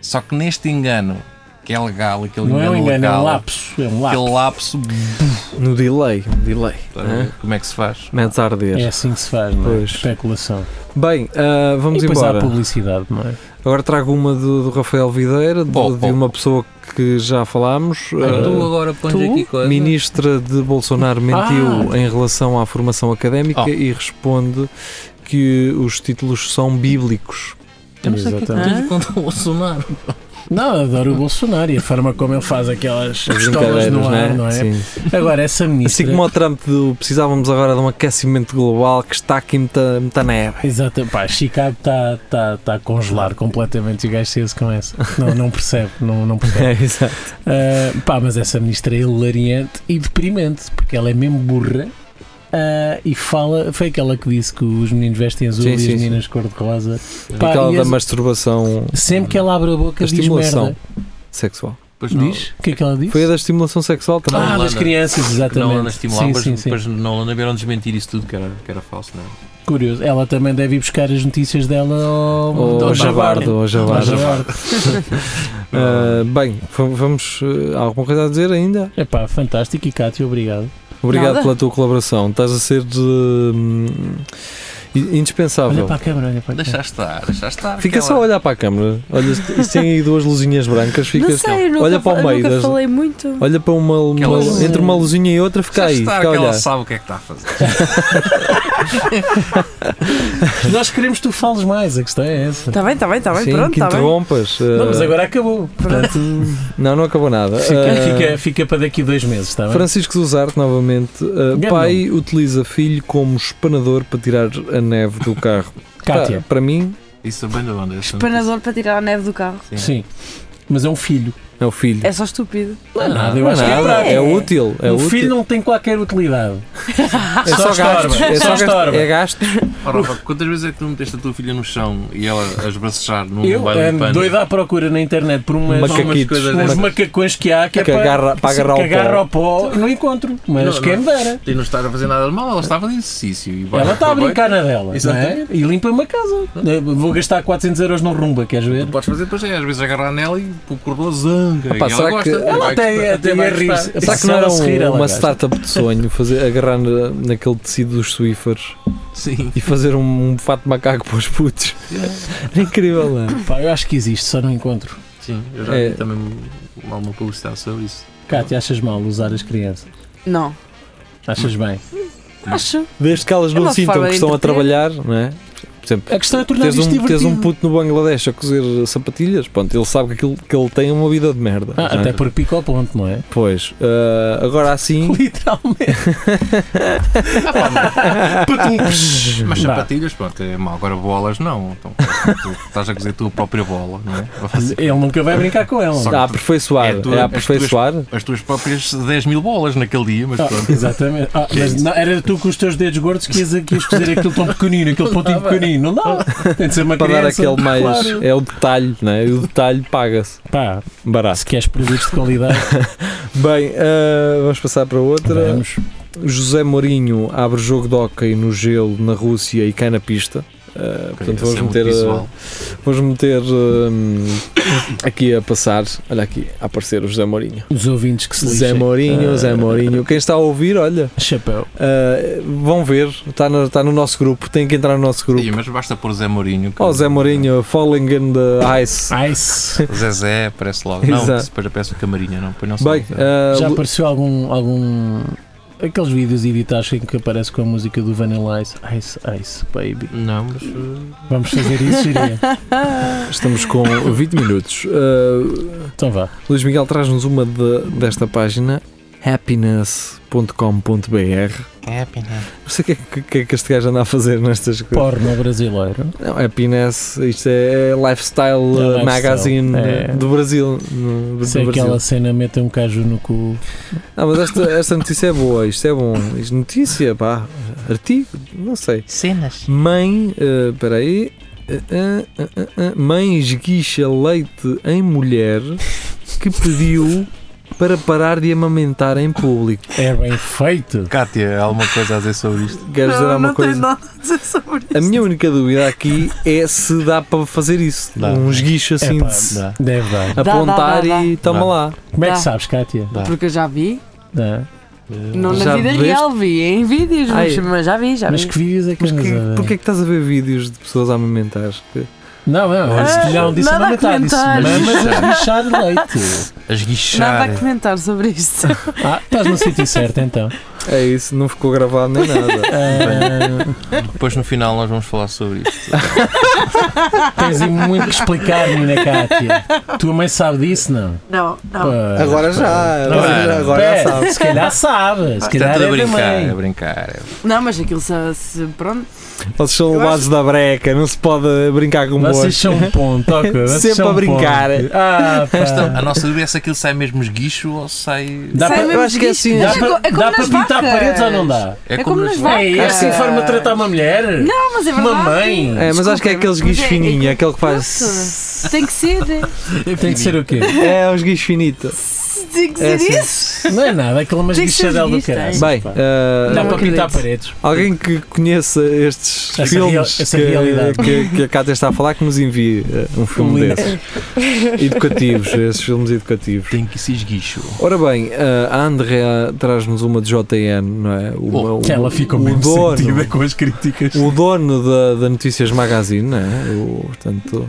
S3: Só que neste engano, que é legal, aquele
S2: Não é
S3: engano,
S2: um engano, é um
S3: legal,
S2: lapso. É um lapso.
S3: aquele lapso,
S1: No delay, um delay. Hã?
S3: como é que se faz?
S1: Metes a arder.
S2: É assim que se faz, não é?
S1: Pois.
S2: Especulação.
S1: Bem, ah, vamos
S2: É. e depois
S1: embora.
S2: há publicidade, não é?
S1: Agora trago uma do, do Rafael Videira, de,
S3: Bom,
S1: de
S3: bom.
S1: uma pessoa que já
S2: É
S1: falámos. ah,
S3: agora pões
S2: tu? aqui
S3: coisa.
S1: ministra de Bolsonaro mentiu
S2: Ah.
S1: em relação à formação académica
S3: Oh.
S1: e responde que os títulos são bíblicos.
S3: Eu não sei o
S1: então.
S3: que é que
S4: Exatamente.
S3: tens contra o Bolsonaro.
S2: Não, adoro o Bolsonaro e a forma como ele faz aquelas
S1: As
S2: pistolas no ar,
S1: né?
S2: não é?
S1: Sim.
S2: Agora, essa
S1: Assim
S2: ministra.
S1: como o Trump do precisávamos agora de um aquecimento global que está aqui muita, muita neve.
S2: Exato, pá, Chicago está tá, tá a congelar completamente e o gajo se com essa. Não, não percebe, não, não percebe.
S1: É, exato.
S2: Ah, pá, mas essa ministra é hilariante e deprimente, porque ela é mesmo burra ah, e fala. Foi aquela que disse que os meninos vestem azul
S1: Sim,
S2: e
S1: sim,
S2: as meninas cor-de-rosa. Pá,
S1: Aquela
S2: e
S1: da
S2: as-
S1: masturbação
S2: Sempre que ela abre a boca,
S1: A
S2: diz
S1: estimulação.
S2: merda.
S1: sexual.
S3: Pois não,
S2: Diz? O que é que ela diz?
S1: Foi a da estimulação sexual também.
S2: Ah,
S3: Holanda.
S2: das crianças,
S3: que não anda a
S2: exatamente.
S3: estimular,
S2: sim,
S3: mas
S2: sim, sim.
S3: depois não anda vieram desmentir isso tudo, que era, que era falso, não é?
S2: Curioso. Ela também deve ir buscar as notícias dela ao,
S1: Ou
S2: ao
S1: ao
S2: Jabardo.
S1: Jabardo, ao
S2: Ao
S1: Jabardo.
S2: Jabardo.
S1: Ah, bbem, v- vamos. ah, há alguma coisa a dizer ainda?
S2: Epá, fantástico e Cátia, obrigado.
S1: Obrigado
S4: Nada.
S1: pela tua colaboração. Estás a ser hum, i-
S2: Olha
S1: indispensável.
S2: para a câmara, olha para a câmara.
S3: Deixaste estar, deixaste estar.
S1: Fica só a
S3: aquela-
S1: olhar para a câmera. Olha, isto tem aí duas luzinhas brancas.
S4: Não
S1: Ficas,
S4: sei, eu nunca,
S1: assim, olha
S4: fa-
S1: para o
S4: eu
S1: meio.
S4: nunca
S1: das-
S4: falei muito.
S1: olha para uma, uma-
S3: Aquelas-
S1: entre uma luzinha e outra, fica
S3: Já
S1: aí.
S3: está,
S1: Fica a
S3: que ela
S1: olhar.
S3: sabe o que é que está a fazer.
S2: Nós queremos que tu fales mais, a questão é essa.
S4: Está Tá bem, está bem, está bem,
S1: Sim,
S4: pronto,
S1: que
S4: está bem.
S1: interrompas. ah,
S2: Não, mas agora acabou. Portanto,
S1: Não, não acabou nada.
S2: fica,
S1: Ah,
S2: fica, fica para daqui dois meses, está bem?
S1: Francisco Zuzarte, novamente. Ah,
S2: Gandão.
S1: pai utiliza filho como espanador para tirar a neve do carro.
S2: Cátia.
S1: Pá, para mim,
S3: Isso é bem da onda. isso é-
S4: Espanador para tirar a neve do carro.
S3: Sim.
S2: Sim. Mas é um filho.
S1: é o filho.
S4: É só estúpido.
S2: Não é nada, eu
S1: Não é
S2: acho que é
S1: nada,
S2: prático.
S1: é útil. É
S2: um
S1: útil.
S2: filho não tem qualquer utilidade.
S1: é só gastos. É só gastos.
S2: estorba.
S1: É gastos.
S3: Ora, Rafa, quantas vezes é que tu meteste a tua filha no chão e ela a esbracejar num
S2: Eu
S3: baile Um de
S2: ando
S3: pano?
S2: doido à procura na internet por umas,
S1: Macaquitos.
S3: coisas
S2: uns
S3: dessas.
S2: macacões que há que, é
S1: Que agarra- para agarrar
S2: que
S1: o pó.
S2: agarra ao pó. Não encontro, mas
S3: Não, não.
S1: é
S2: quem me dera.
S3: E não estás a fazer nada de mal, ela estava de exercício. E vai-
S2: Ela está a
S3: vai-
S2: brincar na dela não é?
S3: Exatamente.
S2: e limpa-me a casa. Eu Vou gastar 400 euros num rumba, queres ver?
S3: Tu podes fazer, pois é, às vezes agarrar nela e pôr corda zanga.
S1: Epá,
S3: e ela
S1: será
S3: gosta.
S1: que- é?
S3: e
S2: Ela
S3: vai
S2: até,
S3: gostar,
S2: até
S3: vai
S2: ia rir.
S3: gostar.
S1: Será que não
S2: ela
S1: era
S2: se
S1: um-
S2: rir, ela
S1: uma
S2: gasta.
S1: startup de sonho fazer, agarrar na- naquele tecido dos Swiffers
S3: Sim.
S1: e fazer um, fato de macaco para os putos? Era incrível, não é?
S2: Pá, eu acho que existe, só não encontro.
S3: Sim, eu já
S1: É.
S3: vi também uma, uma publicidade sobre isso.
S2: Cátia, achas mal usar as crianças?
S4: Não.
S2: Achas bem?
S4: Acho.
S1: Desde que elas
S4: É
S1: não
S4: uma
S1: sintam
S4: forma
S1: que
S4: de
S1: estão a
S4: entreter.
S1: trabalhar, não é? Por exemplo,
S2: A questão é tornar
S1: Tens
S2: isto
S1: um,
S2: divertido.
S1: tens um puto no Bangladesh a cozer sapatilhas, pronto, ele sabe que, aquilo, que ele tem é uma vida de merda.
S2: Ah,
S1: não é?
S2: até por pico ao ponto, não é?
S1: Pois, ah, agora assim,
S2: Literalmente.
S3: Tá Mas
S2: Dá.
S3: sapatilhas, pronto, é mal. Agora bolas não. Então, tu estás a cozer a tua própria bola, não é?
S2: Ele nunca vai brincar com ela.
S3: Só-
S1: a aperfeiçoar,
S3: É
S1: é,
S3: tu-
S1: a
S3: és tu
S1: aperfeiçoar.
S3: As tuas próprias 10 mil bolas naquele dia, mas
S1: Tá.
S2: Ah,
S3: pronto.
S2: exatamente. Ah, mas não- era tu com os teus dedos gordos que ias, que ias cozer aquilo tão pequenino, aquele pontinho pequenino. Não dá. Tem de ser uma
S1: Para dar
S2: criança.
S1: aquele mais.
S2: Claro.
S1: É o detalhe, não é? E o detalhe paga-se.
S2: Pá,
S1: Barato.
S2: se queres produtos de qualidade,
S1: Bem, ah, vamos passar para outra.
S2: vamos.
S1: José Mourinho abre jogo de hockey no gelo na Rússia e cai na pista. Ah,
S3: Quer dizer,
S1: portanto,
S3: isso
S1: vamos
S3: é muito
S1: meter,
S3: visual.
S1: ah, vamos meter hum, aqui a passar. Olha aqui, a aparecer o José Mourinho.
S2: Os ouvintes que se lixem.
S1: Zé Mourinho, Zé Mourinho. Quem está a ouvir, olha,
S2: Chapéu.
S1: ah, vão ver, está no, está no nosso grupo, tem que entrar no nosso
S3: Ih,
S1: grupo.
S3: mas basta pôr Zé Mourinho. que-
S1: Ó Zé Mourinho, falling in the
S3: Ah,
S1: ice.
S2: Ice.
S3: Zezé aparece logo. Não,
S1: Exato.
S3: depois aparece o Camarinha, não. Põe não
S1: Bem, ah,
S2: Já
S1: Lu-
S2: apareceu algum. algum... Aqueles vídeos editados em que aparece com a música do Vanilla Ice. Ice, Ice, baby.
S3: Não, mas. uh,
S2: Vamos fazer isso, Jiria.
S1: estamos com 20 minutos. Ah,
S2: Então vá.
S1: Luís Miguel traz-nos uma de- desta página, happiness.com.br. Não sei o que, é que- que é que este gajo anda a fazer nestas coisas.
S2: Porno brasileiro.
S1: Não, happiness, isto é Lifestyle eh,
S2: lifestyle,
S1: Magazine
S2: é.
S1: do Brasil. No, do
S2: Se é
S1: Brasil.
S2: aquela cena mete um caju no cu.
S1: Ah, mas esta, esta notícia é boa, isto é bom. Isto, notícia, pá, artigo, não sei.
S3: Cenas.
S1: Mãe, eh, espera aí. Eh, eh, eh, eh, eh, mãe esguicha leite em mulher que pediu para parar de amamentar em público.
S2: É bem feito.
S3: Kátia, há alguma coisa a dizer sobre isto?
S1: Queres dizer
S4: não,
S1: alguma
S4: não
S1: coisa?
S4: tenho nada a dizer sobre isso.
S1: A minha única dúvida aqui é se dá para fazer isso.
S3: Dá.
S1: Um esguicho assim
S2: Epá,
S1: de se
S3: Dá.
S2: Deve dar.
S4: Dá,
S1: apontar
S4: dá, dá,
S1: e toma
S3: Dá.
S1: lá.
S2: Como é que
S4: Dá.
S2: sabes, Kátia?
S3: Dá.
S4: Porque eu já vi,
S2: Dá.
S4: não na
S1: Já
S4: vida
S1: viste?
S4: real vi, em vídeos, mas,
S1: Ai.
S4: mas já vi, já
S2: Mas
S4: vi.
S2: que vídeos é que
S1: Mas
S2: andas a
S1: que,
S2: ver?
S1: porquê é que estás a ver vídeos de pessoas a amamentar? Que-
S2: Não, não,
S3: Ah,
S2: disse- não disse
S4: nada a
S2: não um metade, disse
S4: comentar.
S2: mamas a
S3: Mas-
S2: guinchar leite.
S3: A
S4: Nada
S3: esguichar.
S4: a comentar sobre isto.
S2: Ah, estás no sítio certo então.
S1: É isso, não ficou gravado nem nada.
S2: Ah,
S3: Depois no final nós vamos falar sobre isto.
S2: tens aí muito que explicar, menina Kátia. Tua mãe sabe disso, não?
S4: Não, não.
S2: Pois,
S1: Agora
S2: pois.
S1: já,
S2: Não,
S3: agora já,
S2: não,
S1: agora já
S2: pera,
S1: sabe.
S2: Se calhar sabe, se calhar
S3: Está tudo a
S2: é
S3: brincar, a
S2: também.
S3: brincar.
S4: Não, mas aquilo se, se- pronto.
S1: Vocês são levados da breca, não se pode brincar com
S2: Vocês
S1: boas.
S2: são um ponto, ok. vocês
S1: Sempre
S2: são um
S1: a brincar. tá-
S2: ponto. Ah, pá.
S3: Então, a nossa dúvida é se aquilo sai mesmo esguicho ou se sai.
S2: Dá
S4: Sai
S2: para-
S1: eu
S4: mesmo
S1: acho que é
S4: disto.
S1: assim.
S2: Dá
S4: Mas
S2: para
S4: é co-
S2: dá
S4: é como
S2: para
S4: nas
S2: pintar
S4: vacas.
S2: paredes ou não dá?
S4: É como nas
S2: É
S4: vacas.
S2: isso que forma de tratar uma mulher?
S4: Não, mas é verdade.
S2: Uma mãe.
S1: É, mas acho que é
S4: Desculpem,
S1: aqueles
S4: mas
S1: guichos
S4: é-
S1: fininhos,
S4: é-
S1: aquele que faz.
S4: Nossa, Tem que ser.
S2: Tem que ser o quê?
S1: É, os guichos finitos.
S4: Tem que
S1: É
S4: ser
S1: assim.
S4: isso.
S2: Não é nada, aquela mais
S4: Tem que ser
S2: guichadela do
S4: vista,
S2: caralho.
S4: é.
S1: Bem,
S2: pá.
S1: ah,
S2: dá
S4: Não
S2: para pintar
S4: acredito.
S2: paredes.
S1: Alguém que conheça estes
S2: Essa real-
S1: filmes
S2: essa
S1: que-
S2: realidade.
S1: que, que a Cátia está a falar, que nos envie eh, um filme
S2: Um link.
S1: desses. educativos, esses filmes educativos.
S3: Tem que ser esguicho.
S1: Ora bem, eh, a Andrea traz-nos uma de JN, não é? Uma-
S2: Que Oh, ela ficou
S1: o
S2: mesmo
S1: dono,
S2: sentida com as críticas.
S1: o dono da, da Notícias Magazine, não é? O, portanto,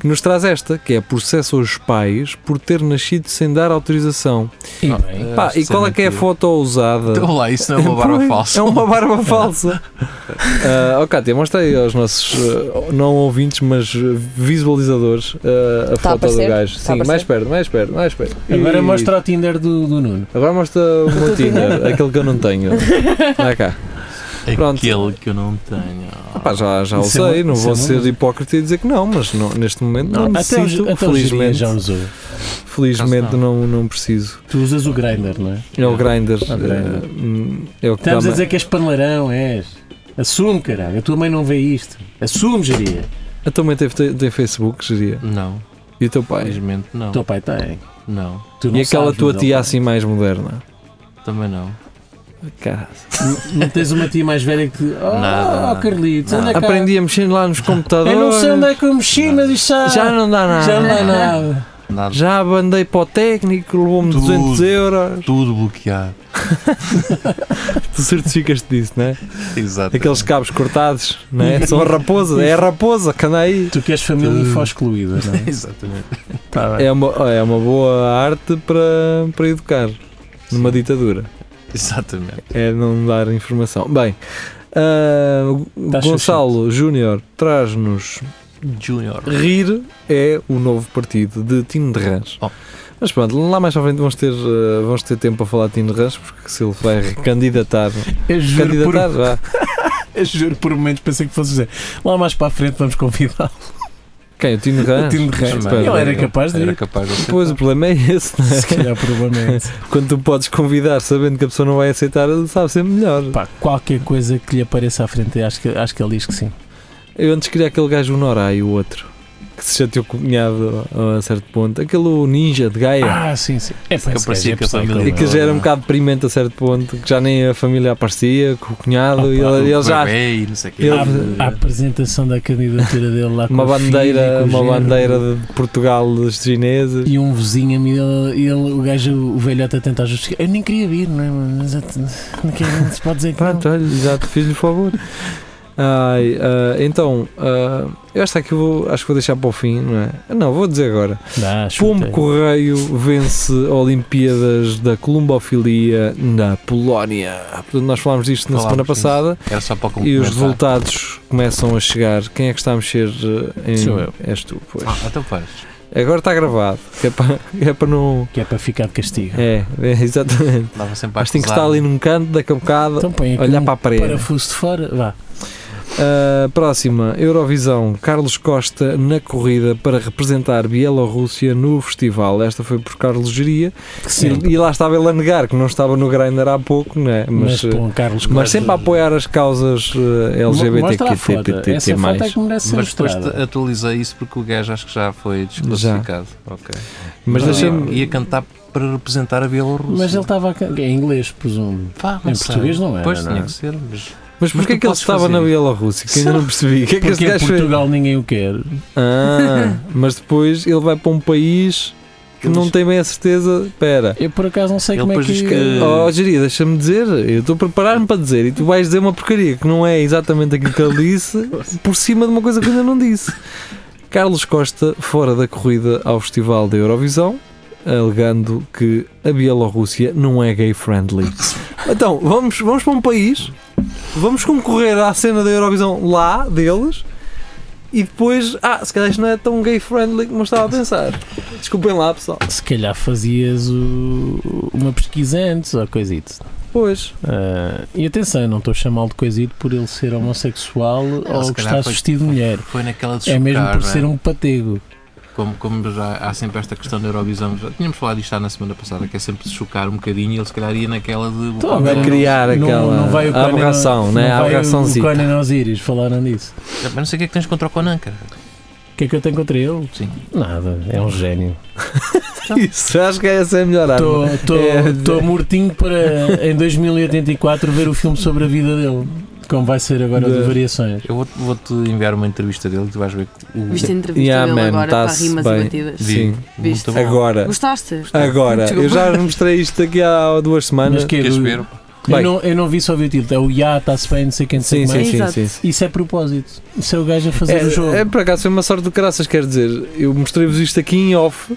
S1: que nos traz esta, que é processo aos pais por ter nascido sem dar autorização.
S2: E bem,
S1: Pá, e qual é que é a foto usada?
S3: Ah, Então lá, isso não é uma barba
S1: Pois,
S3: falsa. É.
S1: É uma barba falsa. uh, oh, Cátia, mostra aí aos nossos uh, não ouvintes, mas uh, visualizadores uh, a
S5: Está a
S1: foto do
S5: aparecer?
S1: gajo.
S5: Está a
S1: Sim,
S5: aparecer?
S1: mais perto, mais perto, mais perto.
S2: agora
S1: E-
S2: mostra o Tinder do, do Nuno.
S1: Agora mostra o meu Tinder, aquele que eu não tenho. Vai cá. Pronto.
S3: Aquele que eu não tenho.
S1: Pá, já, já
S2: Isso é
S1: usei,
S2: bom,
S1: não
S2: isso
S1: vou
S2: é bom.
S1: ser hipócrita e dizer que não, mas não- neste momento não,
S2: até os,
S1: necessito.
S2: até os Jiria
S1: felizmente,
S2: já usou.
S1: felizmente não, não preciso.
S2: Tu usas o Grindr, não é?
S1: É o Grindr.
S2: o Grindr.
S1: uh, hum, é o que
S2: Estamos
S1: dá
S2: a dizer que és paneleirão, és. Assume, caralho. A tua mãe não vê isto. Assume, Jiria.
S1: A tua mãe tem, tem Facebook, diria.
S3: Não,
S1: E o teu pai?
S3: felizmente não.
S2: O teu pai tem.
S3: Não,
S2: Tu
S1: Então.
S2: não
S1: E aquela
S2: sabes,
S1: tua
S2: mas ele
S1: tia
S2: tem.
S1: assim mais moderna?
S3: também não.
S1: Cara, assim?
S2: Não tens uma tia mais velha que. Oh,
S3: Nada.
S2: oh Carlitos, anda cá.
S1: aprendi a mexer lá nos computadores.
S2: Eu não sei onde é que eu mexi, mas isto já.
S1: Já não dá nada.
S2: já não é nada.
S3: Nada.
S1: Já mandei para o técnico, levou-me
S3: Tudo.
S1: 200 euros.
S3: Tudo bloqueado.
S1: Tu certificas-te disso, não é?
S3: Exato.
S1: Aqueles cabos cortados, não é? São a raposa, é a raposa que anda aí.
S2: Tu queres família e excluída, não é?
S3: Exatamente.
S2: Tá bem.
S1: É uma, é uma boa arte para, para educar numa ditadura.
S3: Exatamente.
S1: É não dar informação. Bem, ah,
S2: Tá
S1: Gonçalo Júnior traz-nos
S3: Junior.
S1: Rir é o novo partido de Tino de Rãs.
S3: Oh.
S1: Mas pronto, lá mais à frente vamos ter, eh, vamos ter tempo para falar de Tino de Rãs, porque se ele vai recandidatar.
S2: Eu juro, por,
S1: candidatar, vá.
S2: eu juro por momentos pensei que fosse dizer. Lá mais para a frente vamos convidá-lo.
S1: Quem? O Tino de Rãs?
S2: Tino de Rãs.
S1: Ah, Espera,
S2: É, Ele era
S1: eu-
S2: capaz de
S3: Era
S2: ir.
S3: capaz de ser.
S1: Pois o problema é esse, não é?
S2: Se calhar o problema é esse.
S1: Quando tu podes convidar sabendo que a pessoa não vai aceitar, sabe sempre melhor.
S2: Pá, qualquer coisa que lhe apareça à frente, acho que, acho que ele diz que sim.
S1: Eu antes queria aquele gajo o Norai, o outro. que se chateou com o cunhado a certo ponto, aquele ninja de Gaia.
S2: Ah, sim, sim. É para
S3: Que eu parecia que a família-
S1: e que já era um
S2: Ah.
S1: bocado deprimente a certo ponto, que já nem a família aparecia, com o cunhado,
S2: Opa,
S1: e ele, ele já.
S3: um Bebê e não sei o quê.
S1: ele-
S2: a, a apresentação da candidatura dele lá com
S1: Uma
S2: o filho
S1: bandeira,
S2: e com o
S1: uma
S2: genro.
S1: bandeira de Portugal dos chineses.
S2: E um vizinho, ele, ele, o gajo, o velhote a tentar justificar. Eu nem queria vir, não é? Mas eu te- não, quero- não se pode dizer que não.
S1: Pronto, olha, já te fiz-lhe o favor. Ai, ah, então, ah, eu esta aqui vou, acho que vou deixar para o fim, não é? Ah, Não, vou dizer agora.
S2: Dá, chuta.
S1: Pombo Correio vence Olimpíadas da Columbofilia na Polónia. Portanto, nós falámos disto na
S3: Falámos,
S1: semana
S3: sim.
S1: passada
S3: Era só para
S1: e os
S3: complementar.
S1: resultados começam a chegar. Quem é que está a mexer eh, em.
S2: Sou eu.
S1: És tu, pois.
S3: Ah, então faz.
S1: Agora está gravado, que é para, é para não.
S2: Que é para ficar de castigo.
S1: É, é, exatamente.
S3: Dava sempre a
S1: Mas tem que
S3: acusar.
S1: estar ali num canto da cambocada,
S2: Então põe aqui
S1: olhar
S2: um
S1: para a parede.
S2: parafuso de fora. Vá.
S1: Uh, próxima, Eurovisão, Carlos Costa na corrida para representar Bielorrússia no festival. Esta foi por Carlos Geria e, e lá estava ele a negar que não estava no Grindr há pouco, né? mas,
S2: Mas,
S1: uh,
S2: com o Carlos
S1: mas
S2: Costa-
S1: sempre a apoiar as causas uh,
S2: Mostra a foto. Essa
S1: LGBTQT.
S2: foto é que merece ser
S3: Mas depois
S2: mostrada.
S3: te- atualiza isso porque o gajo acho que já foi desclassificado. Ok.
S1: Mas
S3: Mas
S1: deixa-me.
S3: ia cantar para representar a Bielorrússia.
S2: Mas ele estava a can- em inglês, presumo.
S3: Pá,
S2: Em português não era,
S3: Pois
S2: não é?
S3: tinha que ser, mas
S1: Mas porquê
S3: tu
S1: é que ele
S3: podes
S1: estava
S3: fazer
S1: na
S3: isso.
S1: Bielorrússia? Que ainda não percebi. O que é que
S2: Porque
S1: este
S2: em
S1: gajo fez?
S2: Portugal ninguém o quer.
S1: Ah, mas depois ele vai para um país que não tem bem a certeza. Espera.
S2: Eu por acaso não sei
S3: Ele
S2: como é
S3: depois
S2: que.
S3: diz que-
S1: Oh, Jeria, deixa-me dizer, eu estou a preparar-me para dizer e tu vais dizer uma porcaria que não é exatamente aquilo que ele disse, por cima de uma coisa que eu ainda não disse. Carlos Costa fora da corrida ao Festival da Eurovisão, alegando que a Bielorrússia não é gay-friendly. Então, vamos, vamos para um país, vamos concorrer à cena da Eurovisão lá, deles, e depois, ah, se calhar isto não é tão gay-friendly como eu estava a pensar. Desculpem lá, pessoal.
S2: Se calhar fazias o- uma pesquisa antes ou coisito.
S1: Pois,
S2: Ah, e atenção, eu não estou a chamá-lo de coisito por ele ser homossexual
S3: se
S2: ou
S3: calhar
S2: gostar
S3: foi-
S2: vestido de mulher.
S3: foi naquela de chocar,
S2: É mesmo por
S3: não é?
S2: ser um patego.
S3: como, como já há sempre esta questão da Eurovisão, já tínhamos falado disto há na semana passada, que é sempre de chocar um bocadinho e ele se calhar ia naquela de
S2: Então,
S3: Ah,
S2: vai
S3: não-
S1: a criar
S2: Não-
S1: aquela
S2: não vai o Conan-
S1: aberração,
S2: não
S1: né? a
S2: vai
S1: aberração
S2: o Conan Osiris, falaram disso.
S3: Mas não sei o que é que tens contra o Conan, cara.
S2: O que é que eu tenho contra ele?
S3: Sim.
S2: Nada, é um gênio.
S1: Isso, acho que essa é a melhor arma. É.
S2: Estou mortinho para em 2084 ver o filme sobre a vida dele. Como vai ser agora o de
S1: De-
S2: variações.
S3: Eu vou-te vou-te enviar uma entrevista dele e tu vais ver que o
S4: Viste a entrevista
S1: Yeah,
S4: dele
S1: man,
S4: agora para
S1: tá-se
S4: rimas
S1: bem.
S4: e batidas?
S1: Sim.
S4: Viste?
S3: bom.
S1: Agora,
S2: Ah,
S4: Gostaste?
S1: agora,
S4: Muito
S1: eu
S4: bom.
S1: já mostrei isto aqui há duas
S2: Mas
S1: semanas.
S2: que é
S3: Queres
S2: do-
S3: ver?
S2: eu,
S1: Bem.
S2: não, eu não vi só ver o título. É o Ya, está-se bem, não sei quem, não sei
S1: Sim,
S2: o que
S1: sim,
S2: mais.
S1: sim,
S4: Exato.
S1: sim, sim.
S2: Isso é propósito. Isso é o gajo a fazer o jogo.
S1: É, é, por acaso foi uma sorte do caraças, quer dizer, eu mostrei-vos isto aqui em off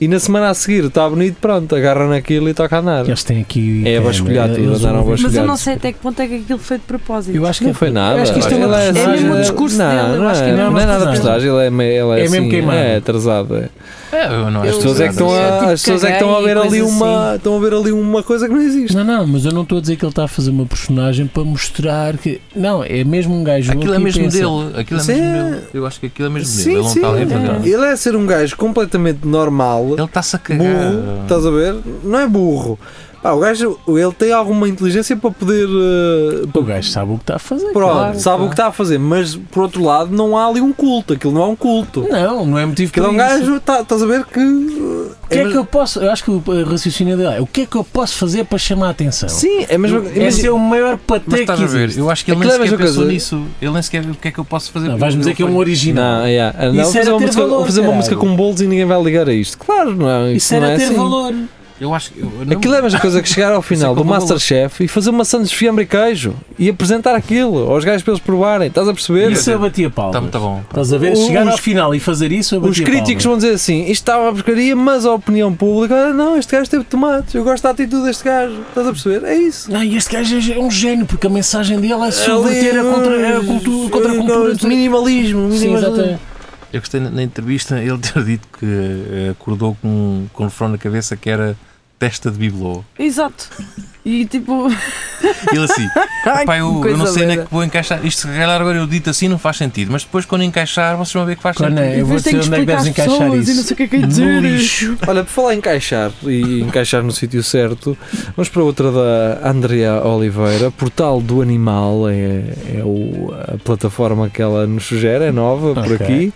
S1: e na semana a seguir está bonito, pronto, agarra naquilo e toca a andar.
S2: Eles têm aqui.
S1: É, vasculhar
S2: eles
S1: tudo, andaram a
S2: ouvem-
S4: Mas eu não
S1: Chegaste.
S4: sei até que ponto é que aquilo foi de propósito.
S2: Eu acho que
S1: Não
S2: é-
S1: foi nada.
S2: Eu acho que isto é
S1: Ele
S2: uma
S4: é
S2: personagem.
S4: mesmo o discurso
S1: não,
S4: dele, eu
S1: não
S4: acho que
S1: é,
S4: ele
S2: é
S1: não,
S2: uma
S1: é nada personagem,
S2: personagem.
S1: ele é, me- ele é,
S2: É mesmo
S1: assim,
S2: queimado.
S1: É, atrasado. é.
S3: É, eu não acho
S4: Eu-
S1: As pessoas é que estão
S4: É,
S1: a,
S4: tipo,
S1: as pessoas é que estão a
S4: caguei
S1: ver
S4: e
S1: ali
S4: coisa
S1: uma, estão a ver ali uma coisa que não existe.
S2: assim. Não, não, mas eu não estou a dizer que ele está a fazer uma personagem para mostrar que. Não, é mesmo um gajo.
S3: Aquilo é
S2: louco e
S3: mesmo
S2: pensa,
S3: dele. Aquilo é
S1: Sim.
S3: mesmo dele. Eu acho que aquilo é mesmo dele. Ele não
S2: tá
S3: está ali a fazer nada.
S1: Ele é ser um gajo completamente normal,
S2: é
S3: Ele está-se a
S2: um
S3: cagar.
S1: burro, estás a ver? Não é burro. Pá, o gajo, ele tem alguma inteligência para poder. eh,
S2: O
S1: para-
S2: gajo sabe o que está a fazer.
S1: pronto,
S2: claro.
S1: sabe o que está a fazer, mas por outro lado, não há ali um culto. Aquilo não é um culto.
S2: Não, não é motivo
S1: Aquilo é
S2: para
S1: um
S2: isso.
S1: gajo, tá- estás a ver que.
S2: O que é que eu posso. Eu acho que o eh, raciocínio dele é o que é que eu posso fazer para chamar a atenção?
S1: Sim, é mesmo.
S2: Esse é o maior patê
S3: Mas
S2: que
S3: estás a ver?
S2: existe.
S3: Eu acho que ele nem
S1: Aquilo é a
S3: sequer
S1: mesma
S3: pensou
S1: coisa.
S3: nisso. Ele nem sequer. O que é que eu posso fazer?
S2: Não, Vais-me dizer que é um
S3: Ele
S2: original.
S1: Não, yeah. Ah, não,
S2: Isso
S1: vou
S2: era
S1: fazer, uma
S2: ter
S1: música,
S2: valor,
S1: vou fazer uma
S2: caralho.
S1: música com bolos e ninguém vai ligar a isto. Claro, não.
S2: Isso
S1: Isso não
S2: era
S1: é
S2: ter
S1: assim.
S2: valor.
S3: foi- Eu acho que. eu- eu não-
S1: Aquilo é a mesma coisa que chegar ao final do
S3: como valor.
S1: Masterchef e fazer uma sandes de fiambre e queijo e apresentar aquilo aos gajos para eles provarem. Estás a perceber?
S2: Isso eu batia palmas.
S3: Está tá muito bom.
S2: Estás a ver?
S1: Os-
S2: Chegar ao final e fazer isso, eu batia
S1: Os críticos
S2: palmas.
S1: vão dizer assim: isto estava uma porcaria, mas a opinião pública, "Ah, não, este gajo teve tomates, eu gosto da atitude deste gajo, estás a perceber? É isso.
S2: Não, e este gajo é um gênio, porque a mensagem dele é subverter a
S1: Ali,
S2: contra a
S1: eh,
S2: cultu-
S1: eh,
S2: contra a cultura.
S1: não, Minimalismo,
S2: é Sim,
S1: minimalismo.
S2: exatamente.
S3: Eu gostei na, na entrevista ele ter dito que eh, acordou com, com um refrão na cabeça que era testa de bibelô.
S4: Exato. E tipo.
S3: E ele assim,
S4: ai,
S3: pá, eu, eu não
S4: coisa
S3: sei onde é
S4: linda.
S3: que vou encaixar. Isto, se calhar, agora eu dito assim não faz sentido, mas depois quando encaixar, vocês vão ver que faz
S2: Quando
S3: sentido.
S2: é? Eu vou
S4: Depois tenho
S2: dizer onde é que
S4: explicar
S2: deves
S4: às
S2: encaixar
S4: pessoas E não
S2: isso.
S4: sei o que é que é
S2: No
S4: dizer.
S2: lixo.
S1: Olha, por falar em encaixar e encaixar no sítio certo, vamos para outra da Andrea Oliveira. Portal do Animal é, é o- a plataforma que ela nos sugere, é nova por
S2: Ok.
S1: aqui.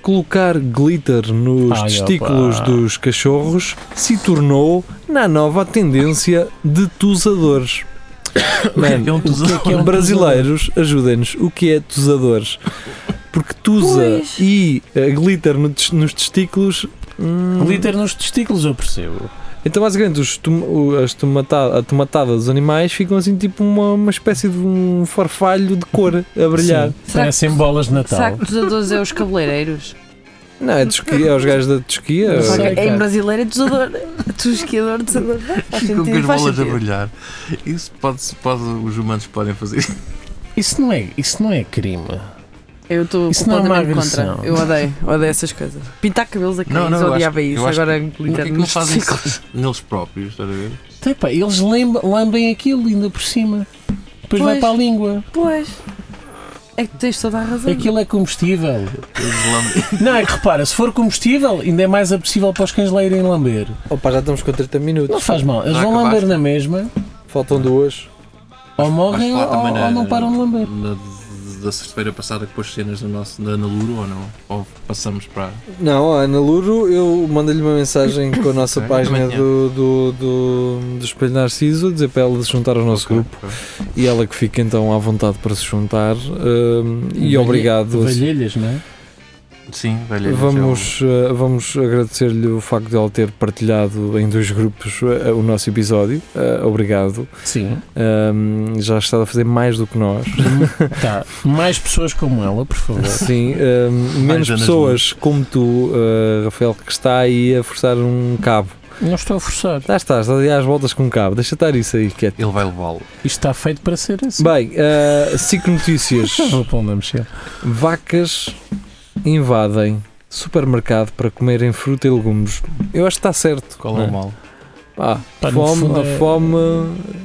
S1: Colocar glitter nos
S2: Ai,
S1: testículos
S2: opa.
S1: dos cachorros se tornou na nova tendência de tusadores. Mano,
S3: é um
S1: o que é que é um
S2: tusador?
S1: brasileiros, ajudem-nos. O que é tusadores? Porque tusa
S4: Pois.
S1: e eh, glitter no tes- nos testículos. hum,
S2: Glitter nos testículos, eu percebo.
S1: então, basicamente, os tom- o- as tomata- a tomatada dos animais ficam assim, tipo uma, uma espécie de um farfalho de cor a brilhar.
S2: Sim, Parecem bolas de Natal.
S4: Será que dos adores é os cabeleireiros?
S1: Não, é, de esqui, é os gajos da tosquia.
S2: Não
S4: Só que
S2: sei,
S4: em
S2: cara.
S4: brasileiro é desador. Tosquiador, desador. Faz
S3: Ficam com
S4: sentido,
S3: as
S4: faz
S3: bolas a
S4: sentido.
S3: brilhar. Isso pode, pode, os humanos podem fazer isso.
S2: Isso não é, isso não é crime.
S4: Eu estou
S2: Isso não é uma
S4: completamente contra.
S2: agressão.
S4: Eu odeio, odeio essas coisas. Pintar cabelos a quem
S3: Não, não, eu
S4: odiava isso.
S3: eu acho
S4: Agora
S3: Porquê é
S4: glitter
S3: que não
S4: nos
S3: fazem
S4: testículos.
S3: isso neles próprios? Estás a ver?
S2: Então, pá, eles lem- lambem aquilo ainda por cima. Depois vai
S4: Pois.
S2: para a língua.
S4: Pois. É que tens toda a razão.
S2: Aquilo é combustível.
S3: Eles lambem-
S2: Não, é que repara, se for combustível, ainda é mais apetecível para os cães lá irem lamber.
S1: Opa, já estamos com 30
S2: Não
S1: minutos.
S2: faz mal, eles
S3: Já
S2: vão
S3: acabaste?
S2: lamber na mesma,
S1: Faltam duas.
S2: ou
S3: Vais
S2: morrem ou,
S3: falar também
S2: ou não param de lamber.
S3: na- da sexta-feira passada que pôs cenas no nosso, na, na Luro ou não? Ou passamos para.
S1: Não, a Ana Luro, eu mandei-lhe uma mensagem com a nossa
S3: Ok,
S1: página
S3: amanhã.
S1: do, do, do, do Espelho Narciso, a dizer para ela se juntar ao nosso grupo e ela que fica então à vontade para se juntar. hum, e
S2: Valhe-
S1: obrigado.
S2: Valhelhas, não é?
S3: Sim, velho.
S1: Vamos, eh, vamos agradecer-lhe o facto de ela ter partilhado em dois grupos eh, o nosso episódio. Eh, obrigado.
S2: Sim.
S1: Ahm, já está a fazer mais do que nós.
S2: Tá. Mais pessoas como ela, por favor.
S1: Sim, ahm, menos
S3: Anas Luz.
S1: pessoas como tu, eh, Rafael, que está aí a forçar um cabo.
S2: Não estou a forçar.
S1: Já estás, estás aí às voltas com um cabo. Deixa estar isso aí, quieto.
S3: Ele vai levá-lo.
S2: Isto está feito para ser assim.
S1: Bem, eh, cinco notícias.
S2: Eu Vou pôr um na mexer.
S1: Vacas invadem supermercado para comerem fruta e legumes. Eu acho que está certo.
S3: Qual é
S1: não
S3: o mal?
S1: Pá,
S2: Pá, no
S1: Ah, fome,
S2: fundo
S1: a
S2: é-
S1: fome.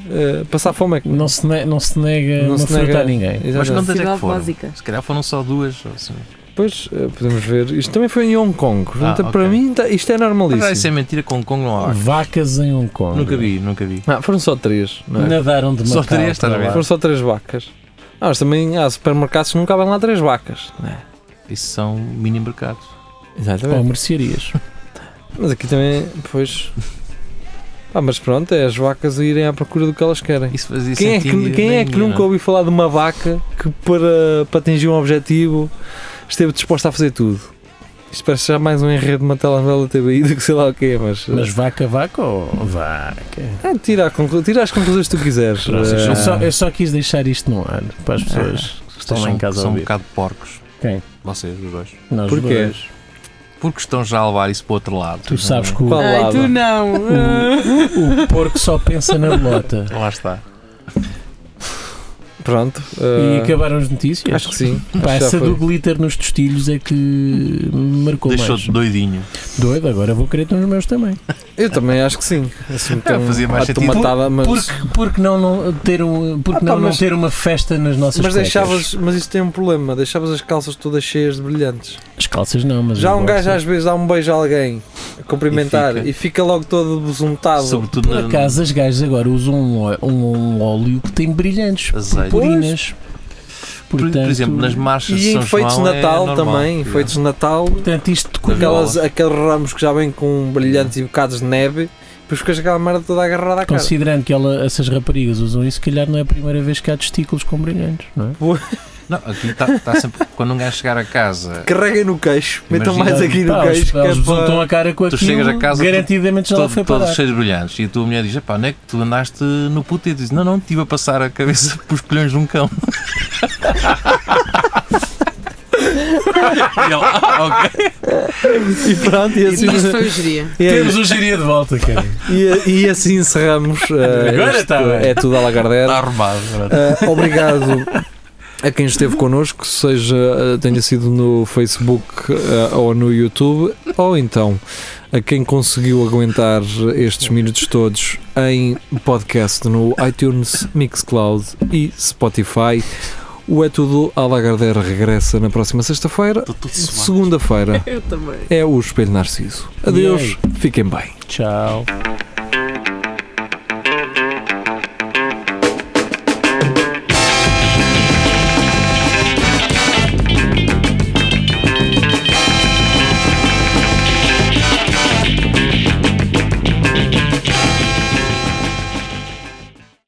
S1: eh, passar fome é que.
S2: Não se, ne- não se nega
S1: Não
S2: uma
S1: se
S2: fruta
S1: nega-
S2: a ninguém.
S3: Mas
S1: Exatamente.
S3: quantas é que
S4: Cidade
S3: foram?
S4: básica.
S3: Se calhar foram só duas. ou assim.
S1: Depois eh, podemos ver. Isto também foi em Hong Kong. Portanto,
S3: Ah, ok.
S1: Para mim, tá- isto é Hum. normalíssimo.
S3: Agora isso é mentira, Hong Kong não há.
S2: Vacas em Hong Kong.
S3: Nunca vi, nunca vi.
S1: Ah, foram só três, não é?
S2: Nadaram de
S3: Só
S2: Macau
S3: três, estás a
S2: para
S3: ver?
S2: lá.
S1: Foram só três vacas. Ah, mas também há supermercados que nunca cabem lá três vacas. não é?
S3: Isso são mini mercados.
S2: Ou
S1: Exatamente.
S2: mercearias.
S1: Mas aqui também, pois. Ah, mas pronto, é as vacas a irem à procura do que elas querem.
S3: Isso fazia
S1: Quem é
S3: sentido
S1: que, quem é que
S3: nenhum,
S1: nunca ouviu falar de uma vaca que para, para atingir um objetivo esteve disposta a fazer tudo? Isto parece já mais um enredo de uma telenovela TBI do que sei lá o que é, mas,
S2: Mas vaca, vaca ou vaca?
S1: Ah, tira, a conclu- tira as conclusões que tu quiseres.
S3: Vocês
S1: Ah,
S2: Eu só, eu só quis deixar isto no ar para as pessoas que
S3: Vocês
S2: estão lá em
S3: são-
S2: casa a
S3: São um
S2: ouvir.
S3: bocado porcos.
S2: Quem?
S3: Vocês, os dois.
S2: Nós
S1: Porquê?
S2: dois.
S3: Porque estão já a levar isso para o outro lado.
S2: Tu sabes que o,
S1: Qual?
S4: Ai,
S1: Palavra.
S4: tu não.
S2: Hum. o porco só pensa na bolota.
S3: Lá está.
S1: Pronto.
S2: E
S1: ah,
S2: acabaram as notícias?
S1: acho que sim. Acho
S2: Pá,
S1: que já
S2: essa
S1: foi.
S2: do glitter nos testilhos é que me marcou
S3: Deixou-te doidinho.
S2: mais. Doido, agora vou querer ter nos meus também.
S1: Eu também acho que sim. Assim, então,
S3: É, fazia mais
S1: a
S3: sentido.
S1: tomatada, mas,
S2: Porque, porque não, não ter um,
S1: Ah,
S2: porque
S1: pá,
S2: não, não
S1: mas-
S2: ter uma festa nas nossas
S1: mas
S2: cuecas?
S1: deixavas, mas isto tem um problema, deixavas as calças todas cheias de brilhantes.
S2: As calças não, mas.
S1: Já
S2: as
S1: um gajo
S2: boxers.
S1: às vezes dá um beijo a alguém a cumprimentar e
S3: E
S1: fica,
S3: fica.
S1: logo todo besuntado.
S3: Sobretudo
S2: Ah, Por
S3: na.
S2: acaso as gajas agora usam um, ó- um- um óleo que tem brilhantes.
S3: Azeite.
S2: Purinas.
S3: Por, por
S2: Portanto,
S3: exemplo, nas marchas de
S1: E
S3: São
S1: em feitos de
S3: João é
S1: Natal
S3: normal.
S1: também,
S3: Yeah.
S1: feitos de Natal,
S2: portanto, isto
S1: com
S3: Nas
S1: aquelas,
S3: bolas.
S1: aqueles ramos que já vêm com brilhantes e bocados de neve, depois ficas aquela merda toda agarrada à cara.
S2: Considerando que ela- essas raparigas usam isso, se calhar não é a primeira vez que há testículos com brilhantes, não é?
S3: Não, aqui está sempre. Quando um gajo chegar a casa,
S1: Carreguem no queixo, metam
S3: Imagina-
S1: mais aqui no
S2: Pá,
S1: queixo.
S2: eles,
S1: que é
S2: eles
S1: para-
S2: besuntam a cara com
S3: Tu
S2: aquilo,
S3: chegas a casa,
S2: garantidamente já lá
S3: todo,
S2: foi
S3: todos
S2: parar.
S3: cheios de brilhantes, e a tua mulher diz: Epá, onde é que tu andaste no puto? E diz: Não, não, estive a passar a cabeça pelos colhões de um cão. e ele, "Ah, ok.
S1: E pronto, e assim,
S4: Isto
S2: é-
S4: foi o geria.
S1: e,
S2: Temos o geria de volta, cara.
S1: e- e assim encerramos. uh,
S2: Agora
S1: este
S2: está
S3: tá
S2: bem.
S1: É tudo a Lagardère.
S3: Está arrumado. pronto."
S1: Ah, obrigado a quem esteve connosco, seja ah, tenha sido no Facebook ah, ou no YouTube, ou então a quem conseguiu aguentar estes minutos todos em podcast no iTunes, Mixcloud e Spotify. O É Tudo à Lagardère regressa na próxima sexta-feira.
S5: Estou todo suado.
S1: Segunda-feira
S4: Eu também.
S1: é o Espelho Narciso. Adeus,
S2: Yay.
S1: fiquem bem.
S2: Tchau.